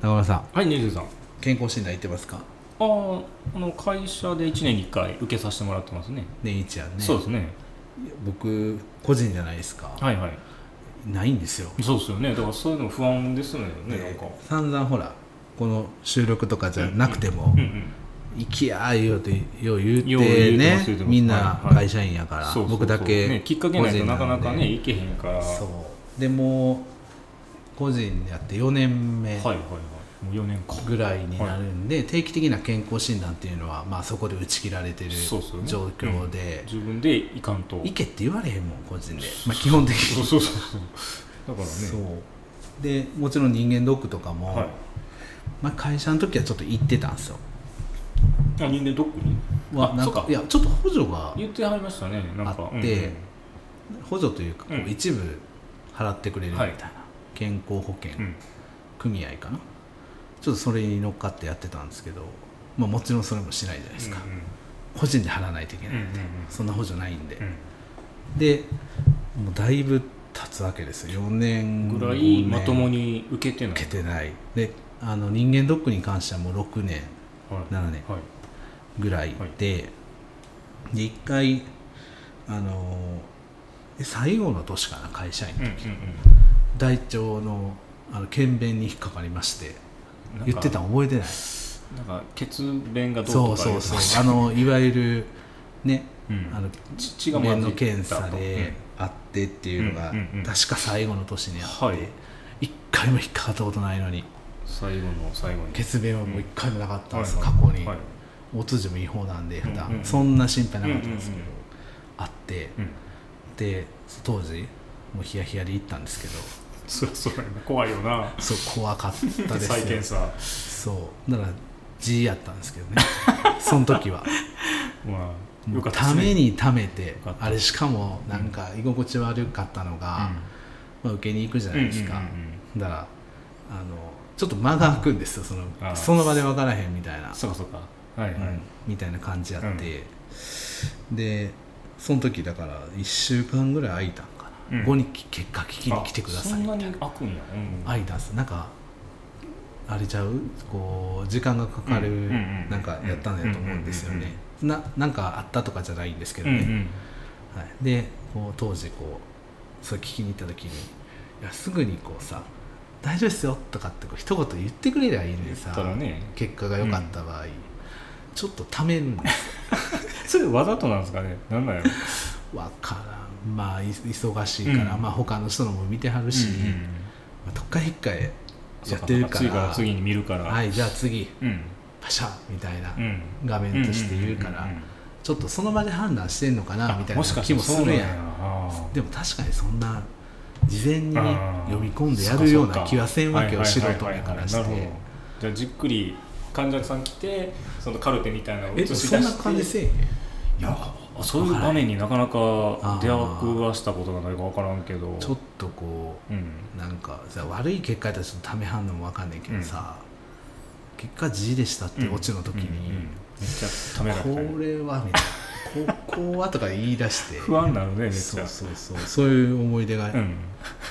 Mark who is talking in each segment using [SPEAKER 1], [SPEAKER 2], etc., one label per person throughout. [SPEAKER 1] 中村さん
[SPEAKER 2] はい、ネジさん。あ
[SPEAKER 1] 健康診断行ってますか
[SPEAKER 2] ーあの会社で1年に1回受けさせてもらってますね。
[SPEAKER 1] 年一やんね
[SPEAKER 2] そうですね。
[SPEAKER 1] 僕個人じゃないですか、
[SPEAKER 2] はいはい。
[SPEAKER 1] ないんですよ、
[SPEAKER 2] そうですよね。だからそういうの不安ですよね。なんか。
[SPEAKER 1] で散々ほらこの収録とかじゃなくても
[SPEAKER 2] うんうん。
[SPEAKER 1] 「行きやー」言うてよう言
[SPEAKER 2] よ
[SPEAKER 1] う
[SPEAKER 2] う
[SPEAKER 1] て
[SPEAKER 2] 言うて
[SPEAKER 1] ね
[SPEAKER 2] ます言うてます
[SPEAKER 1] みんな
[SPEAKER 2] はいはい
[SPEAKER 1] 会社員やから、
[SPEAKER 2] そうそうそう
[SPEAKER 1] 僕だけ、
[SPEAKER 2] ね、きっかけないとなかなかね行けへんから。
[SPEAKER 1] そ
[SPEAKER 2] は
[SPEAKER 1] うでもう個人やって4年目
[SPEAKER 2] いはいはい。もう4年間。
[SPEAKER 1] ぐらいになるんで、定期的な健康診断っていうのは、まあ、そこで打ち切られてる
[SPEAKER 2] そうっすよね
[SPEAKER 1] 状況で、
[SPEAKER 2] 自分で行かんと。
[SPEAKER 1] 行けって言われへんもん個人で、まあ、基本的
[SPEAKER 2] そう
[SPEAKER 1] に
[SPEAKER 2] そうそうそう。だからね。
[SPEAKER 1] そうでもちろん人間ドックとかも、
[SPEAKER 2] はい。
[SPEAKER 1] まあ、会社の時はちょっと行ってたんですよ
[SPEAKER 2] あ人間ドックに。
[SPEAKER 1] は
[SPEAKER 2] あ
[SPEAKER 1] なん
[SPEAKER 2] そっ
[SPEAKER 1] か
[SPEAKER 2] か
[SPEAKER 1] いやちょっと補助が
[SPEAKER 2] 言ってはりましたね。なんか。
[SPEAKER 1] あって補助というか、こう
[SPEAKER 2] うん
[SPEAKER 1] 一部払ってくれるみたいな、
[SPEAKER 2] は
[SPEAKER 1] 健康保険
[SPEAKER 2] うんうん。
[SPEAKER 1] 組合かなちょっとそれに乗っかってやってたんですけど、まあ、もちろんそれもしないじゃないですか、
[SPEAKER 2] うんうん
[SPEAKER 1] 個人で払わないといけ
[SPEAKER 2] う
[SPEAKER 1] ない、
[SPEAKER 2] んうん
[SPEAKER 1] そんな補助ないんで
[SPEAKER 2] う、ん
[SPEAKER 1] でもうだいぶ経つわけですよ4
[SPEAKER 2] うん
[SPEAKER 1] 年
[SPEAKER 2] ぐらい
[SPEAKER 1] 5年
[SPEAKER 2] まともに受けてない。
[SPEAKER 1] 受けてないであの人間ドックに関してはもう6年
[SPEAKER 2] はい
[SPEAKER 1] 7年
[SPEAKER 2] はい。
[SPEAKER 1] ぐらいで,、で1回あのえ最後の年かな会社員
[SPEAKER 2] うんうん
[SPEAKER 1] 大腸のあの検便に引っかかりまして
[SPEAKER 2] うん、
[SPEAKER 1] 言ってた
[SPEAKER 2] なん
[SPEAKER 1] の覚えてない
[SPEAKER 2] かなんか血便がど
[SPEAKER 1] そう
[SPEAKER 2] とか
[SPEAKER 1] うそうそう
[SPEAKER 2] あ
[SPEAKER 1] あのいわゆるね、
[SPEAKER 2] うん
[SPEAKER 1] あの
[SPEAKER 2] 血が混じ
[SPEAKER 1] 便
[SPEAKER 2] った
[SPEAKER 1] の検査
[SPEAKER 2] とうん
[SPEAKER 1] であってっていうのが、
[SPEAKER 2] うんうんうん
[SPEAKER 1] 確か最後の年にあって、
[SPEAKER 2] はい
[SPEAKER 1] 一回も引っかかったことないのに
[SPEAKER 2] 最後の最後に
[SPEAKER 1] 血便はもう一回もなかったんです、
[SPEAKER 2] はい
[SPEAKER 1] 過去に、
[SPEAKER 2] はい
[SPEAKER 1] お通じも違法なんで普段、
[SPEAKER 2] うんうんうん
[SPEAKER 1] そんな心配なかったんですけど、
[SPEAKER 2] うんうんうん
[SPEAKER 1] あって
[SPEAKER 2] うん
[SPEAKER 1] で当時もうヒヤヒヤで行ったんですけど
[SPEAKER 2] そりゃそうやな怖いよな
[SPEAKER 1] そう怖かったですよ
[SPEAKER 2] 再検査
[SPEAKER 1] そうだから G やったんですけど ねその時は
[SPEAKER 2] まあよかった
[SPEAKER 1] ため
[SPEAKER 2] に
[SPEAKER 1] にためて
[SPEAKER 2] かった
[SPEAKER 1] あれしかもなんか居心地悪かったのが、まあ、受けに行くじゃないですか、
[SPEAKER 2] うんうんうん
[SPEAKER 1] だからあのちょっと間が空くんですよそ
[SPEAKER 2] あ
[SPEAKER 1] の
[SPEAKER 2] ー
[SPEAKER 1] その場で分からへんみたいな、
[SPEAKER 2] そうかそうかはいは
[SPEAKER 1] う
[SPEAKER 2] い
[SPEAKER 1] んみたいな感じやって、でその時だから1週間ぐらい空いたんかな、
[SPEAKER 2] うん
[SPEAKER 1] ここに結果聞きに来てくだ
[SPEAKER 2] あ
[SPEAKER 1] さい
[SPEAKER 2] そん
[SPEAKER 1] みた
[SPEAKER 2] ない
[SPEAKER 1] な
[SPEAKER 2] に開くんやうん
[SPEAKER 1] 空いたんですなんかあれちゃうこう時間がかか
[SPEAKER 2] うんうん
[SPEAKER 1] る
[SPEAKER 2] うん
[SPEAKER 1] なんかやったんやと思うんですよねななんかあったとかじゃないんですけど
[SPEAKER 2] うんう
[SPEAKER 1] ね、
[SPEAKER 2] ん
[SPEAKER 1] はい、でこう当時こうそれ聞きに行った時にいやすぐにこうさ「大丈夫ですよ」とかってこう一言言ってくれりゃいいのにさ
[SPEAKER 2] 言ったらね
[SPEAKER 1] 結果が良かった場合、ちょっとためるんです
[SPEAKER 2] それわざとなんですかねなんだよ
[SPEAKER 1] 分からんまあい忙しいから、
[SPEAKER 2] うん
[SPEAKER 1] まあ他の人のも見てはるし、まあ、どっかひっかえやってるから
[SPEAKER 2] 次から次に見るから
[SPEAKER 1] はいじゃあ次
[SPEAKER 2] うん
[SPEAKER 1] パシャみたいな
[SPEAKER 2] うん
[SPEAKER 1] 画面として言うから、
[SPEAKER 2] んんんん
[SPEAKER 1] ちょっとその場で判断してんのかなみたい
[SPEAKER 2] も
[SPEAKER 1] な
[SPEAKER 2] しか
[SPEAKER 1] 気
[SPEAKER 2] して
[SPEAKER 1] もするやん
[SPEAKER 2] ん
[SPEAKER 1] でも確かにそんな事前に
[SPEAKER 2] あー
[SPEAKER 1] 読み込んでやるよう
[SPEAKER 2] そっ
[SPEAKER 1] な
[SPEAKER 2] か
[SPEAKER 1] 気はせんわけよ素
[SPEAKER 2] そっ
[SPEAKER 1] 人
[SPEAKER 2] か
[SPEAKER 1] やからし
[SPEAKER 2] はいはいはいはいな
[SPEAKER 1] て
[SPEAKER 2] るほどじゃあじっくり患者さん来てそのカルテみたいなのを
[SPEAKER 1] え
[SPEAKER 2] 映し出して
[SPEAKER 1] そんな感じせえへん
[SPEAKER 2] いやあそういう場面になかなか出会わしたことがないか分からんけど
[SPEAKER 1] ちょっとこ
[SPEAKER 2] うん
[SPEAKER 1] うなんかさ悪い結果やったらちょっとため反応もわかんないけどさ、結果 G でしたってオチの時
[SPEAKER 2] うんうん
[SPEAKER 1] に
[SPEAKER 2] めっちゃためら
[SPEAKER 1] 「
[SPEAKER 2] れたね
[SPEAKER 1] これは」みたいな「 ここは」とか言い出して
[SPEAKER 2] 不安になるねめっち
[SPEAKER 1] そ
[SPEAKER 2] ゃ
[SPEAKER 1] うそうそうそういう思い出が
[SPEAKER 2] うん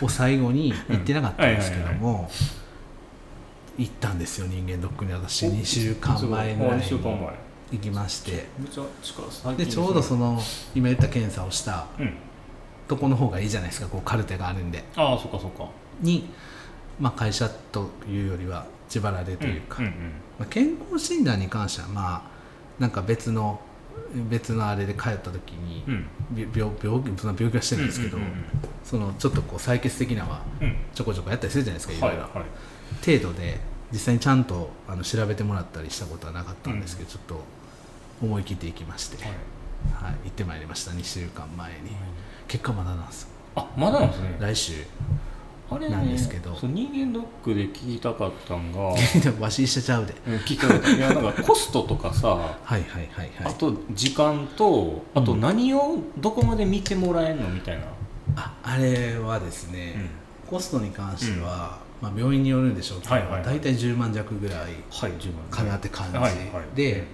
[SPEAKER 1] を最後に行ってなかったんですけど
[SPEAKER 2] うん
[SPEAKER 1] も行ったんですよ人間ドックに私2週間前ぐらい
[SPEAKER 2] 2週間
[SPEAKER 1] に
[SPEAKER 2] 前
[SPEAKER 1] 行きまして
[SPEAKER 2] めっちゃ力最近
[SPEAKER 1] でちょうどその今言った検査をした
[SPEAKER 2] うん
[SPEAKER 1] とこの方がいいじゃないですかこうカルテがあるんで
[SPEAKER 2] ああそっかそっか
[SPEAKER 1] に、まあ、会社というよりは自腹でというか、
[SPEAKER 2] んん
[SPEAKER 1] まあ、健康診断に関してはまあなんか別の別のあれで帰った時に
[SPEAKER 2] うんうん
[SPEAKER 1] び病病そんな病気はしてないんですけど、
[SPEAKER 2] うんうん
[SPEAKER 1] そのちょっとこう採血的なは
[SPEAKER 2] うん
[SPEAKER 1] ちょこちょこやったりするじゃないですか
[SPEAKER 2] う
[SPEAKER 1] い
[SPEAKER 2] ん
[SPEAKER 1] ろ
[SPEAKER 2] はいい
[SPEAKER 1] ろ、
[SPEAKER 2] はい
[SPEAKER 1] 程度で実際にちゃんとあの調べてもらったりしたことはなかったんですけど、ちょっと思い切っていきまして、
[SPEAKER 2] はい
[SPEAKER 1] はい、行ってまいりました2週間前に結果まだなんですよ
[SPEAKER 2] あまだなんですね
[SPEAKER 1] 来週
[SPEAKER 2] あれ
[SPEAKER 1] なんですけど
[SPEAKER 2] そう人間ドックで聞きたかったんが
[SPEAKER 1] わし医者ちゃうで
[SPEAKER 2] うん聞きたかったいやなんかコストとかさ
[SPEAKER 1] はいはいはいは
[SPEAKER 2] あ
[SPEAKER 1] い
[SPEAKER 2] と時間とあと何をどこまで見てもらえるのみたいな、
[SPEAKER 1] ああれはですね、
[SPEAKER 2] うん
[SPEAKER 1] コストに関しては、まあ、病院によるんでしょうけど、
[SPEAKER 2] はいはいはい
[SPEAKER 1] 大体10万弱ぐらい
[SPEAKER 2] はい十分
[SPEAKER 1] かなって感じ、
[SPEAKER 2] はいはい
[SPEAKER 1] で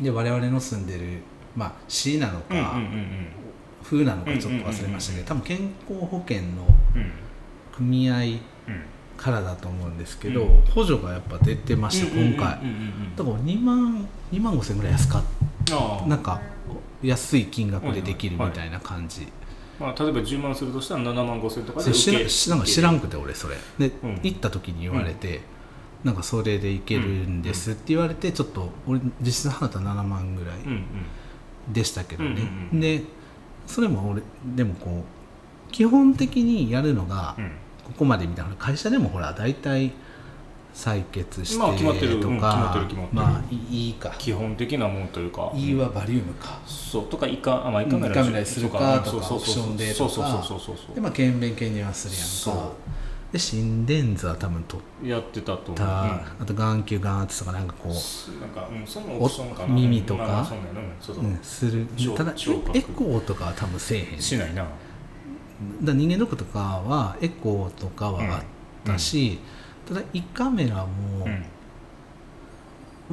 [SPEAKER 1] で我々の住んでる、まあ、市なの
[SPEAKER 2] うんうん
[SPEAKER 1] か、
[SPEAKER 2] うん
[SPEAKER 1] 風なのかちょっと忘れましたけど、多分健康保険の
[SPEAKER 2] うんうん
[SPEAKER 1] 組合
[SPEAKER 2] うん
[SPEAKER 1] からだと思うんですけど、
[SPEAKER 2] うん
[SPEAKER 1] 補助がやっぱ出てました、今回、
[SPEAKER 2] うんうんうんうん
[SPEAKER 1] だから2万2万5千ぐらい安かっ
[SPEAKER 2] ああ
[SPEAKER 1] なんか安い金額でできるみたいな感じ、
[SPEAKER 2] まあ、例えば10万するとしたら7万5千とか
[SPEAKER 1] それ
[SPEAKER 2] で受
[SPEAKER 1] 知ら
[SPEAKER 2] け
[SPEAKER 1] 知なんか知らんくて俺それで、
[SPEAKER 2] うん
[SPEAKER 1] 行った時に言われて、なんかそれで行けるんですって言われてちょっと俺実質払ったら7万ぐらい
[SPEAKER 2] うんうん
[SPEAKER 1] でしたけど
[SPEAKER 2] うん
[SPEAKER 1] ね
[SPEAKER 2] うん、うん
[SPEAKER 1] でそれも俺でもこう基本的にやるのが
[SPEAKER 2] うん
[SPEAKER 1] ここまでみたいな会社でもほら大体採血してと
[SPEAKER 2] ま
[SPEAKER 1] か、
[SPEAKER 2] あ決まってるうん決まってる決まってる
[SPEAKER 1] まあいいか
[SPEAKER 2] 基本的なものというか
[SPEAKER 1] いいはバリウムか
[SPEAKER 2] そうとかイカあまあイカ
[SPEAKER 1] うん
[SPEAKER 2] メラ
[SPEAKER 1] イカメラにするかとか
[SPEAKER 2] そうそうそう
[SPEAKER 1] オプションで
[SPEAKER 2] そ
[SPEAKER 1] と
[SPEAKER 2] う
[SPEAKER 1] か
[SPEAKER 2] そうそうそうそう
[SPEAKER 1] でまあ検便検にはするやんか
[SPEAKER 2] そ
[SPEAKER 1] で心電図は多分取っ
[SPEAKER 2] やってたと思う、
[SPEAKER 1] た、あと眼球眼圧とかなんかこう
[SPEAKER 2] うんなんか、うん、そのオプションかな
[SPEAKER 1] お耳とか
[SPEAKER 2] まあまあそうだよねそうそう
[SPEAKER 1] うん、する
[SPEAKER 2] 聴
[SPEAKER 1] ただエ
[SPEAKER 2] 聴覚
[SPEAKER 1] エコーとかは多分せえへん
[SPEAKER 2] しないな
[SPEAKER 1] だ人間ドックとかはエコーとかはあったし、ただ胃カメラも、
[SPEAKER 2] うん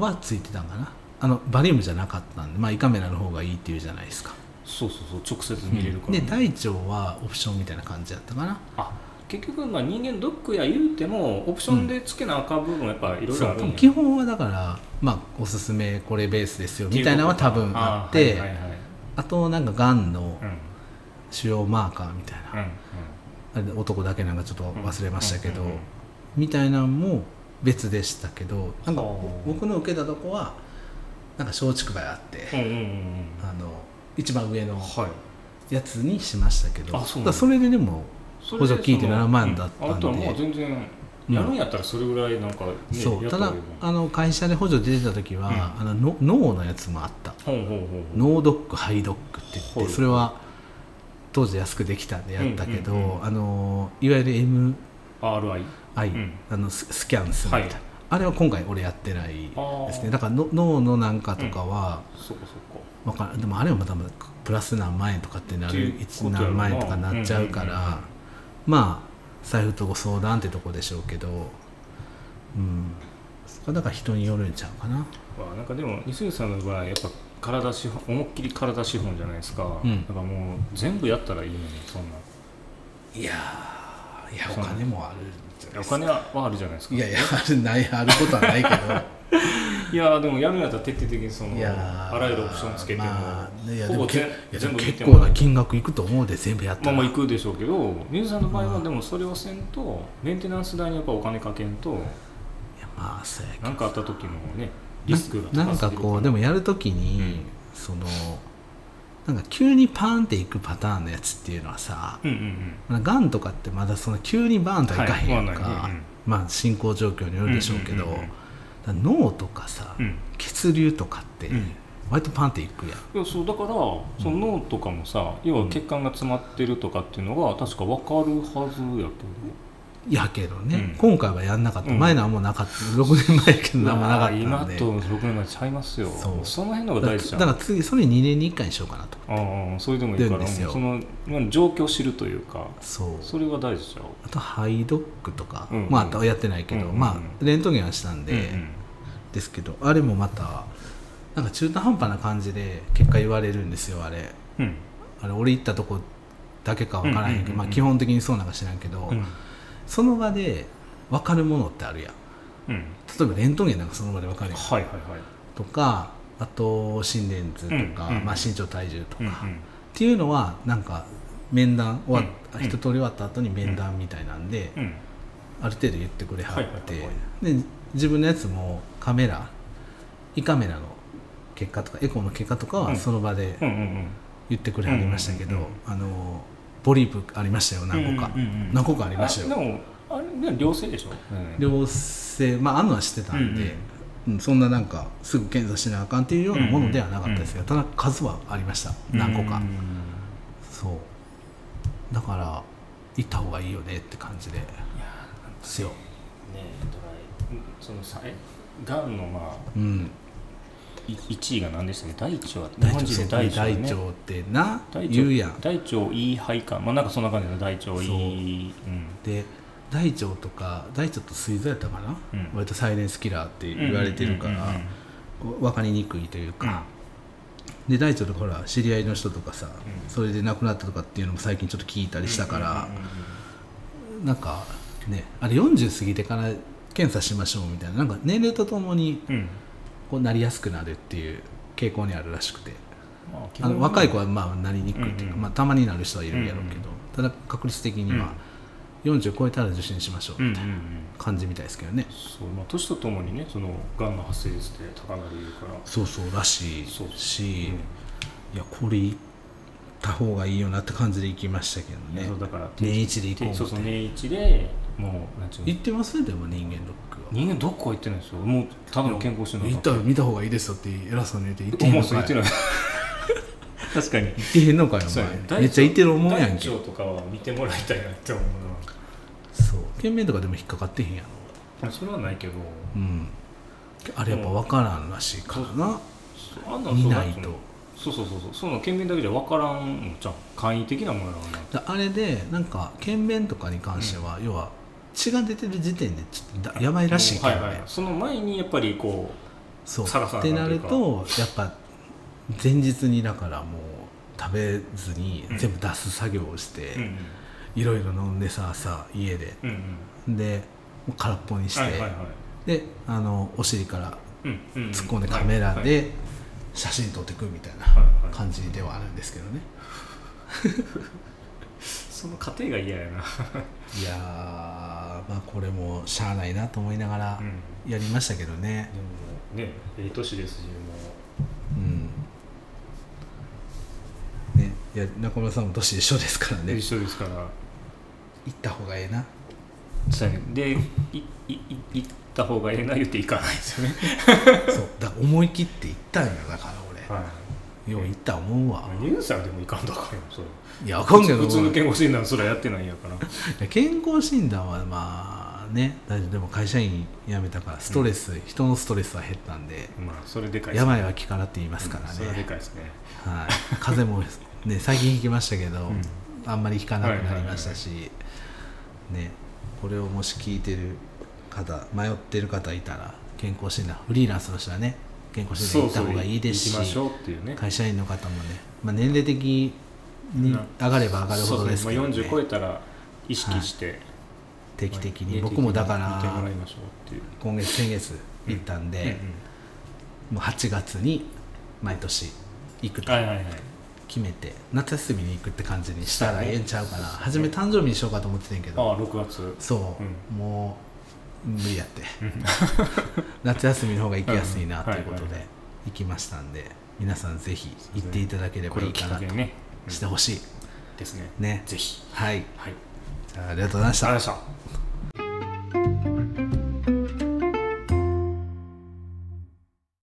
[SPEAKER 1] はついてたんかなあのバリウムじゃなかったんで、まあ、胃カメラの方がいいっていうじゃないですか、
[SPEAKER 2] そうそうそう直接見れるから、
[SPEAKER 1] で大腸はオプションみたいな感じだったかな
[SPEAKER 2] あ結局まあ人間ドックや言うてもオプションでつけなあかん部分はやっぱいろいろあ
[SPEAKER 1] そう
[SPEAKER 2] る
[SPEAKER 1] で
[SPEAKER 2] ん
[SPEAKER 1] も
[SPEAKER 2] や
[SPEAKER 1] 基本はだから、まあ、おすすめこれベースですよみたいなのは多分あっ
[SPEAKER 2] あー
[SPEAKER 1] てあ,、
[SPEAKER 2] はいはいはい
[SPEAKER 1] となんかがんの
[SPEAKER 2] うんうん
[SPEAKER 1] 腫瘍マーカーみたいな、
[SPEAKER 2] うん
[SPEAKER 1] あれで男だけなんかちょっと忘れましたけど、
[SPEAKER 2] うんうんうん
[SPEAKER 1] みたいなのも別でしたけどなんか
[SPEAKER 2] あー
[SPEAKER 1] 僕の受けたとこはなんか松竹梅あって、
[SPEAKER 2] うんうんうんうん
[SPEAKER 1] あの一番上の
[SPEAKER 2] はい
[SPEAKER 1] やつにしましたけど
[SPEAKER 2] あそう
[SPEAKER 1] だか
[SPEAKER 2] なんだ
[SPEAKER 1] らそれででも
[SPEAKER 2] そ
[SPEAKER 1] 補
[SPEAKER 2] れで
[SPEAKER 1] 助聞いて
[SPEAKER 2] その
[SPEAKER 1] 7万だったんで
[SPEAKER 2] うあとはもう全然
[SPEAKER 1] うん
[SPEAKER 2] やるんやったらそれぐらいなんか、ね
[SPEAKER 1] そう
[SPEAKER 2] やった方が
[SPEAKER 1] だ
[SPEAKER 2] いいよ
[SPEAKER 1] あの会社で補助出てた時は、あのの脳のやつもあった
[SPEAKER 2] ほうほうほうほう
[SPEAKER 1] 脳ドックハイドックって言
[SPEAKER 2] は
[SPEAKER 1] っ
[SPEAKER 2] い
[SPEAKER 1] てそれは当時安くできたんでやったけど、
[SPEAKER 2] うんうんうん
[SPEAKER 1] あのいわゆる MI、
[SPEAKER 2] RI ん
[SPEAKER 1] あのススキャンするみたいな、
[SPEAKER 2] はい
[SPEAKER 1] あれは今回俺やってないです
[SPEAKER 2] あー
[SPEAKER 1] ねだからの脳のなんかとかは、
[SPEAKER 2] そこそ
[SPEAKER 1] わかんでもあれはまたプラス何万円とかってな
[SPEAKER 2] って
[SPEAKER 1] る
[SPEAKER 2] いう
[SPEAKER 1] 一何万円とかなっちゃうから、
[SPEAKER 2] うんうんうんうん
[SPEAKER 1] まあ財布とご相談ってとこでしょうけどうんそこはだから人によるんちゃうかな
[SPEAKER 2] こまあなんかでも西口さんの場合やっぱ体資本思いっきり体資本じゃないですか、
[SPEAKER 1] うん
[SPEAKER 2] だからもう全部やったらいいのにそんない
[SPEAKER 1] やーいやお金もあるじゃない
[SPEAKER 2] お
[SPEAKER 1] ですか
[SPEAKER 2] 金はあるじゃないですか
[SPEAKER 1] いやいやあるないあることはないけ
[SPEAKER 2] いやでもやるんやったら徹底的にそ
[SPEAKER 1] ど
[SPEAKER 2] の
[SPEAKER 1] いやー
[SPEAKER 2] あらゆるオプションつけても、
[SPEAKER 1] まあ、いやで
[SPEAKER 2] ほ
[SPEAKER 1] も
[SPEAKER 2] ぼ
[SPEAKER 1] けい
[SPEAKER 2] 全
[SPEAKER 1] やで
[SPEAKER 2] 全
[SPEAKER 1] も
[SPEAKER 2] 部見
[SPEAKER 1] 結
[SPEAKER 2] て
[SPEAKER 1] 構
[SPEAKER 2] も
[SPEAKER 1] な金額いくと思うで全部やった
[SPEAKER 2] まあ
[SPEAKER 1] ら
[SPEAKER 2] まあ行くでしょうけど水さんの場合はでもそれをせんとメンテナンス代にやっぱお金かけんと
[SPEAKER 1] いやまあそうやけど
[SPEAKER 2] 何かあった時のねリスクが高すぎ
[SPEAKER 1] な
[SPEAKER 2] る
[SPEAKER 1] なんかこうでもやるときに、
[SPEAKER 2] うん
[SPEAKER 1] そのなんか急にパーンっていくパターンのやつっていうのはさ
[SPEAKER 2] うんうんうん
[SPEAKER 1] がんとかってまだその急にバーンとはいかへんやんか、
[SPEAKER 2] はいまあないね
[SPEAKER 1] まあ進行状況によるでしょうけど、
[SPEAKER 2] うんうんうんう
[SPEAKER 1] だ
[SPEAKER 2] ん
[SPEAKER 1] から脳とかさ、
[SPEAKER 2] うん
[SPEAKER 1] 血流とかって
[SPEAKER 2] うん
[SPEAKER 1] 割とパーンっていくやん、
[SPEAKER 2] いやそうだからその脳とかもさ、要は血管が詰まってるとかっていうのが確か分かるはずやけ
[SPEAKER 1] やけどね、
[SPEAKER 2] うん
[SPEAKER 1] 今回はやんなかった、
[SPEAKER 2] うん
[SPEAKER 1] 前のはもうなかった6年前やけど
[SPEAKER 2] ど
[SPEAKER 1] 何もなかったんで
[SPEAKER 2] 今と6年前ちゃいますよ
[SPEAKER 1] そ
[SPEAKER 2] そうの辺の
[SPEAKER 1] だか
[SPEAKER 2] が大
[SPEAKER 1] ら
[SPEAKER 2] 事じ
[SPEAKER 1] だ
[SPEAKER 2] ゃん
[SPEAKER 1] から次それ2年に1回にしようかなと
[SPEAKER 2] ああそれでもいい
[SPEAKER 1] 出
[SPEAKER 2] か
[SPEAKER 1] るん
[SPEAKER 2] ら
[SPEAKER 1] ですよ
[SPEAKER 2] その今の状況を知るというか
[SPEAKER 1] そう
[SPEAKER 2] それは大事じゃん
[SPEAKER 1] あとハイドックとか、
[SPEAKER 2] うんうん
[SPEAKER 1] まああとはやってないけど、
[SPEAKER 2] うんうんうん
[SPEAKER 1] まあレントゲンはしたんで、
[SPEAKER 2] うんうん
[SPEAKER 1] ですけどあれもまたなんか中途半端な感じで結果言われるんですよあれ
[SPEAKER 2] うん
[SPEAKER 1] あれ俺行ったとこだけかわからへんけど、
[SPEAKER 2] うんうんうんうん
[SPEAKER 1] まあ、基本的にそうなんか知らんけど、
[SPEAKER 2] うん
[SPEAKER 1] その場で分かるものってあるやん
[SPEAKER 2] うん
[SPEAKER 1] 例えばレントゲンなんかその場で分かるやん
[SPEAKER 2] はいはいはい
[SPEAKER 1] とかあと心電図とか、
[SPEAKER 2] うんうん
[SPEAKER 1] まあ、身長体重とか、
[SPEAKER 2] うんう
[SPEAKER 1] っ
[SPEAKER 2] ん
[SPEAKER 1] ていうのはなんか面談終わっ、
[SPEAKER 2] うん
[SPEAKER 1] 一通り終わった後に面談みたいなんで、
[SPEAKER 2] うん
[SPEAKER 1] ある程度言ってくれはって、
[SPEAKER 2] はいはい
[SPEAKER 1] で自分のやつもカメラ胃カメラの結果とかエコーの結果とか
[SPEAKER 2] う
[SPEAKER 1] は
[SPEAKER 2] ん
[SPEAKER 1] その場で
[SPEAKER 2] うんうん
[SPEAKER 1] 言ってくれはりましたけど、
[SPEAKER 2] うんうん
[SPEAKER 1] あのポリープありましたよ何個か、
[SPEAKER 2] うんうんうんうん
[SPEAKER 1] 何個かありました
[SPEAKER 2] あ
[SPEAKER 1] よ
[SPEAKER 2] でもあれね良性でしょ、うん
[SPEAKER 1] 良性まああんのはしてたんで、うんそんななんかすぐ検査しなあかんっていうようなものではなかったですが、ただ数はありました何個か、
[SPEAKER 2] うん
[SPEAKER 1] そうだから行った方がいいよねって感じで
[SPEAKER 2] いやーなんか
[SPEAKER 1] すよ
[SPEAKER 2] ねドライうんそのさえがんのまあ
[SPEAKER 1] うん
[SPEAKER 2] い1位が何でしたっけ大腸は
[SPEAKER 1] 大
[SPEAKER 2] マ
[SPEAKER 1] 腸
[SPEAKER 2] ジ
[SPEAKER 1] そ
[SPEAKER 2] で
[SPEAKER 1] う
[SPEAKER 2] 大
[SPEAKER 1] 大
[SPEAKER 2] 腸、ね、
[SPEAKER 1] 腸ってな
[SPEAKER 2] 大腸
[SPEAKER 1] 言うやん
[SPEAKER 2] 大腸いい肺かまあなんかそんな感じだね大腸いいうん
[SPEAKER 1] で大腸とか大腸と膵臓やったかな、
[SPEAKER 2] うん
[SPEAKER 1] 割とサイレンスキラーって言われてるか
[SPEAKER 2] うんうんうん
[SPEAKER 1] ら
[SPEAKER 2] うん
[SPEAKER 1] こう分かりにくいというか、で大腸とかほら知り合いの人とかさ、
[SPEAKER 2] うん
[SPEAKER 1] それで亡くなったとかっていうのも最近ちょっと聞いたりしたから、
[SPEAKER 2] うんうんうんうん
[SPEAKER 1] なんかね、あれ40過ぎてから検査しましょうみたいななんか年齢とともに
[SPEAKER 2] うん
[SPEAKER 1] こうなりやすくなるっていう傾向にあるらしくて
[SPEAKER 2] まあ基
[SPEAKER 1] あ
[SPEAKER 2] 本は
[SPEAKER 1] の若い子はまあなりにくいというか、
[SPEAKER 2] うんうん
[SPEAKER 1] まあ、たまになる人はいるやろうけど、ただ確率的には40超えたら受診しましょう
[SPEAKER 2] うんう
[SPEAKER 1] み
[SPEAKER 2] ん
[SPEAKER 1] た
[SPEAKER 2] う
[SPEAKER 1] いなん感じみたいですけどね、
[SPEAKER 2] そうまあ年とともにねそのがんの発生率って高なるから
[SPEAKER 1] そうそうらしい
[SPEAKER 2] そうそう
[SPEAKER 1] し、いやこれ行った方がいいよなって感じで行きましたけど
[SPEAKER 2] ね
[SPEAKER 1] ね
[SPEAKER 2] そうだから
[SPEAKER 1] 年一で行こう
[SPEAKER 2] そう
[SPEAKER 1] み
[SPEAKER 2] そ
[SPEAKER 1] た
[SPEAKER 2] う
[SPEAKER 1] いな
[SPEAKER 2] 年一でもうなんちゅうの
[SPEAKER 1] 行ってますでも人間ドックは
[SPEAKER 2] 人間どこは行ってないですよもうただの健康診断
[SPEAKER 1] 行ったら見た方がいいですよって偉そうに言って行ってへん
[SPEAKER 2] も
[SPEAKER 1] の
[SPEAKER 2] うそう
[SPEAKER 1] か
[SPEAKER 2] 言って
[SPEAKER 1] い
[SPEAKER 2] ない確かに
[SPEAKER 1] 行ってへんのかよ
[SPEAKER 2] そうやね
[SPEAKER 1] お前めっちゃ行ってる思うやんけ
[SPEAKER 2] 大腸とかは見てもらいたいなって思う
[SPEAKER 1] そう県面とかでも引っかかってへんやろ
[SPEAKER 2] なそれはないけど
[SPEAKER 1] うんあれやっぱ分からんらしいからな
[SPEAKER 2] そうあんなん
[SPEAKER 1] 見
[SPEAKER 2] そう
[SPEAKER 1] ない
[SPEAKER 2] ん
[SPEAKER 1] と
[SPEAKER 2] そうそうそうそうその県民だけじゃ分からんのじゃん簡易的なものやろうな
[SPEAKER 1] だあれでなんか検便とかに関しては、要は血が出てる時点でちょっとだやばいらしいけどね、
[SPEAKER 2] はいはい、その前にやっぱりこ
[SPEAKER 1] そう
[SPEAKER 2] サラサラ
[SPEAKER 1] ってなる
[SPEAKER 2] な
[SPEAKER 1] とやっぱ前日にだからもう食べずに
[SPEAKER 2] うん
[SPEAKER 1] 全部出す作業をして、
[SPEAKER 2] う、うん
[SPEAKER 1] いろいろ飲んでささ家で
[SPEAKER 2] うんうん、
[SPEAKER 1] でもう空っぽにして、
[SPEAKER 2] はいはいはい、
[SPEAKER 1] であのお尻から
[SPEAKER 2] うんうんうん
[SPEAKER 1] 突っ込んでカメラで写真撮ってくみたいな
[SPEAKER 2] はいはい
[SPEAKER 1] 感じではあるんですけどね
[SPEAKER 2] その過程が嫌やな、
[SPEAKER 1] いやーまあこれもしゃあないなと思いながら
[SPEAKER 2] うん、
[SPEAKER 1] やりましたけどね
[SPEAKER 2] でもねええ年ですしも
[SPEAKER 1] うんねいや中村さんも年一緒ですから
[SPEAKER 2] う、
[SPEAKER 1] ね行
[SPEAKER 2] 一緒ですから
[SPEAKER 1] った方がええ な
[SPEAKER 2] そうやねでいいい行った方がええな言って行かないですよね、
[SPEAKER 1] そうだから思い切って行ったんよだから
[SPEAKER 2] はい、
[SPEAKER 1] 俺よう行った思うわ
[SPEAKER 2] ニュースでも行かんとあかんよそれ
[SPEAKER 1] いやあかんけど
[SPEAKER 2] 普通の健康診断すらやってないんやから
[SPEAKER 1] いや健康診断はまあね大丈夫でも会社員辞めたからストレス、人のストレスは減ったんで
[SPEAKER 2] まあそれでかいっすね
[SPEAKER 1] 病は気からって言いますから
[SPEAKER 2] それはで
[SPEAKER 1] ね、
[SPEAKER 2] かいですね
[SPEAKER 1] はい、風邪も、ね、最近引きましたけど、
[SPEAKER 2] うん
[SPEAKER 1] あんまり引かなくなりましたし、ね、これをもし聞いてる方迷ってる方いたら健康診断フリーランスの人はね健康診断行った方がいいですし
[SPEAKER 2] 行きましょうっていうね
[SPEAKER 1] 会社員の方もね、まあ、年齢的に上がれば上がるほどですけど、ね
[SPEAKER 2] そうそうまあ40超えたら意識して、
[SPEAKER 1] 定期的
[SPEAKER 2] ま
[SPEAKER 1] に
[SPEAKER 2] あ
[SPEAKER 1] 僕もだか
[SPEAKER 2] 見てもら
[SPEAKER 1] ら
[SPEAKER 2] いましょうっていう、
[SPEAKER 1] 今月先月行ったんで、もう8月に毎年行く
[SPEAKER 2] うん
[SPEAKER 1] と
[SPEAKER 2] はいはいはい
[SPEAKER 1] 決めて夏休みに行くって感じにしたらええんちゃうかな
[SPEAKER 2] そうそう
[SPEAKER 1] 初め誕生日にしようかと思ってたんやけ
[SPEAKER 2] あ
[SPEAKER 1] ど
[SPEAKER 2] あ6月
[SPEAKER 1] そう、
[SPEAKER 2] う
[SPEAKER 1] もう無理やって夏休みの方が行きやすいなということ
[SPEAKER 2] うんはい
[SPEAKER 1] で
[SPEAKER 2] はい
[SPEAKER 1] 行きましたんで皆さんぜひ行っていただけれ
[SPEAKER 2] こ
[SPEAKER 1] ば
[SPEAKER 2] れ
[SPEAKER 1] い
[SPEAKER 2] を
[SPEAKER 1] い
[SPEAKER 2] きっ
[SPEAKER 1] か
[SPEAKER 2] か
[SPEAKER 1] な
[SPEAKER 2] け
[SPEAKER 1] と
[SPEAKER 2] にね
[SPEAKER 1] してほしい
[SPEAKER 2] ですね
[SPEAKER 1] ね
[SPEAKER 2] ぜひ
[SPEAKER 1] はい
[SPEAKER 2] はい
[SPEAKER 1] じゃあありがとうございました
[SPEAKER 2] ありがとうございました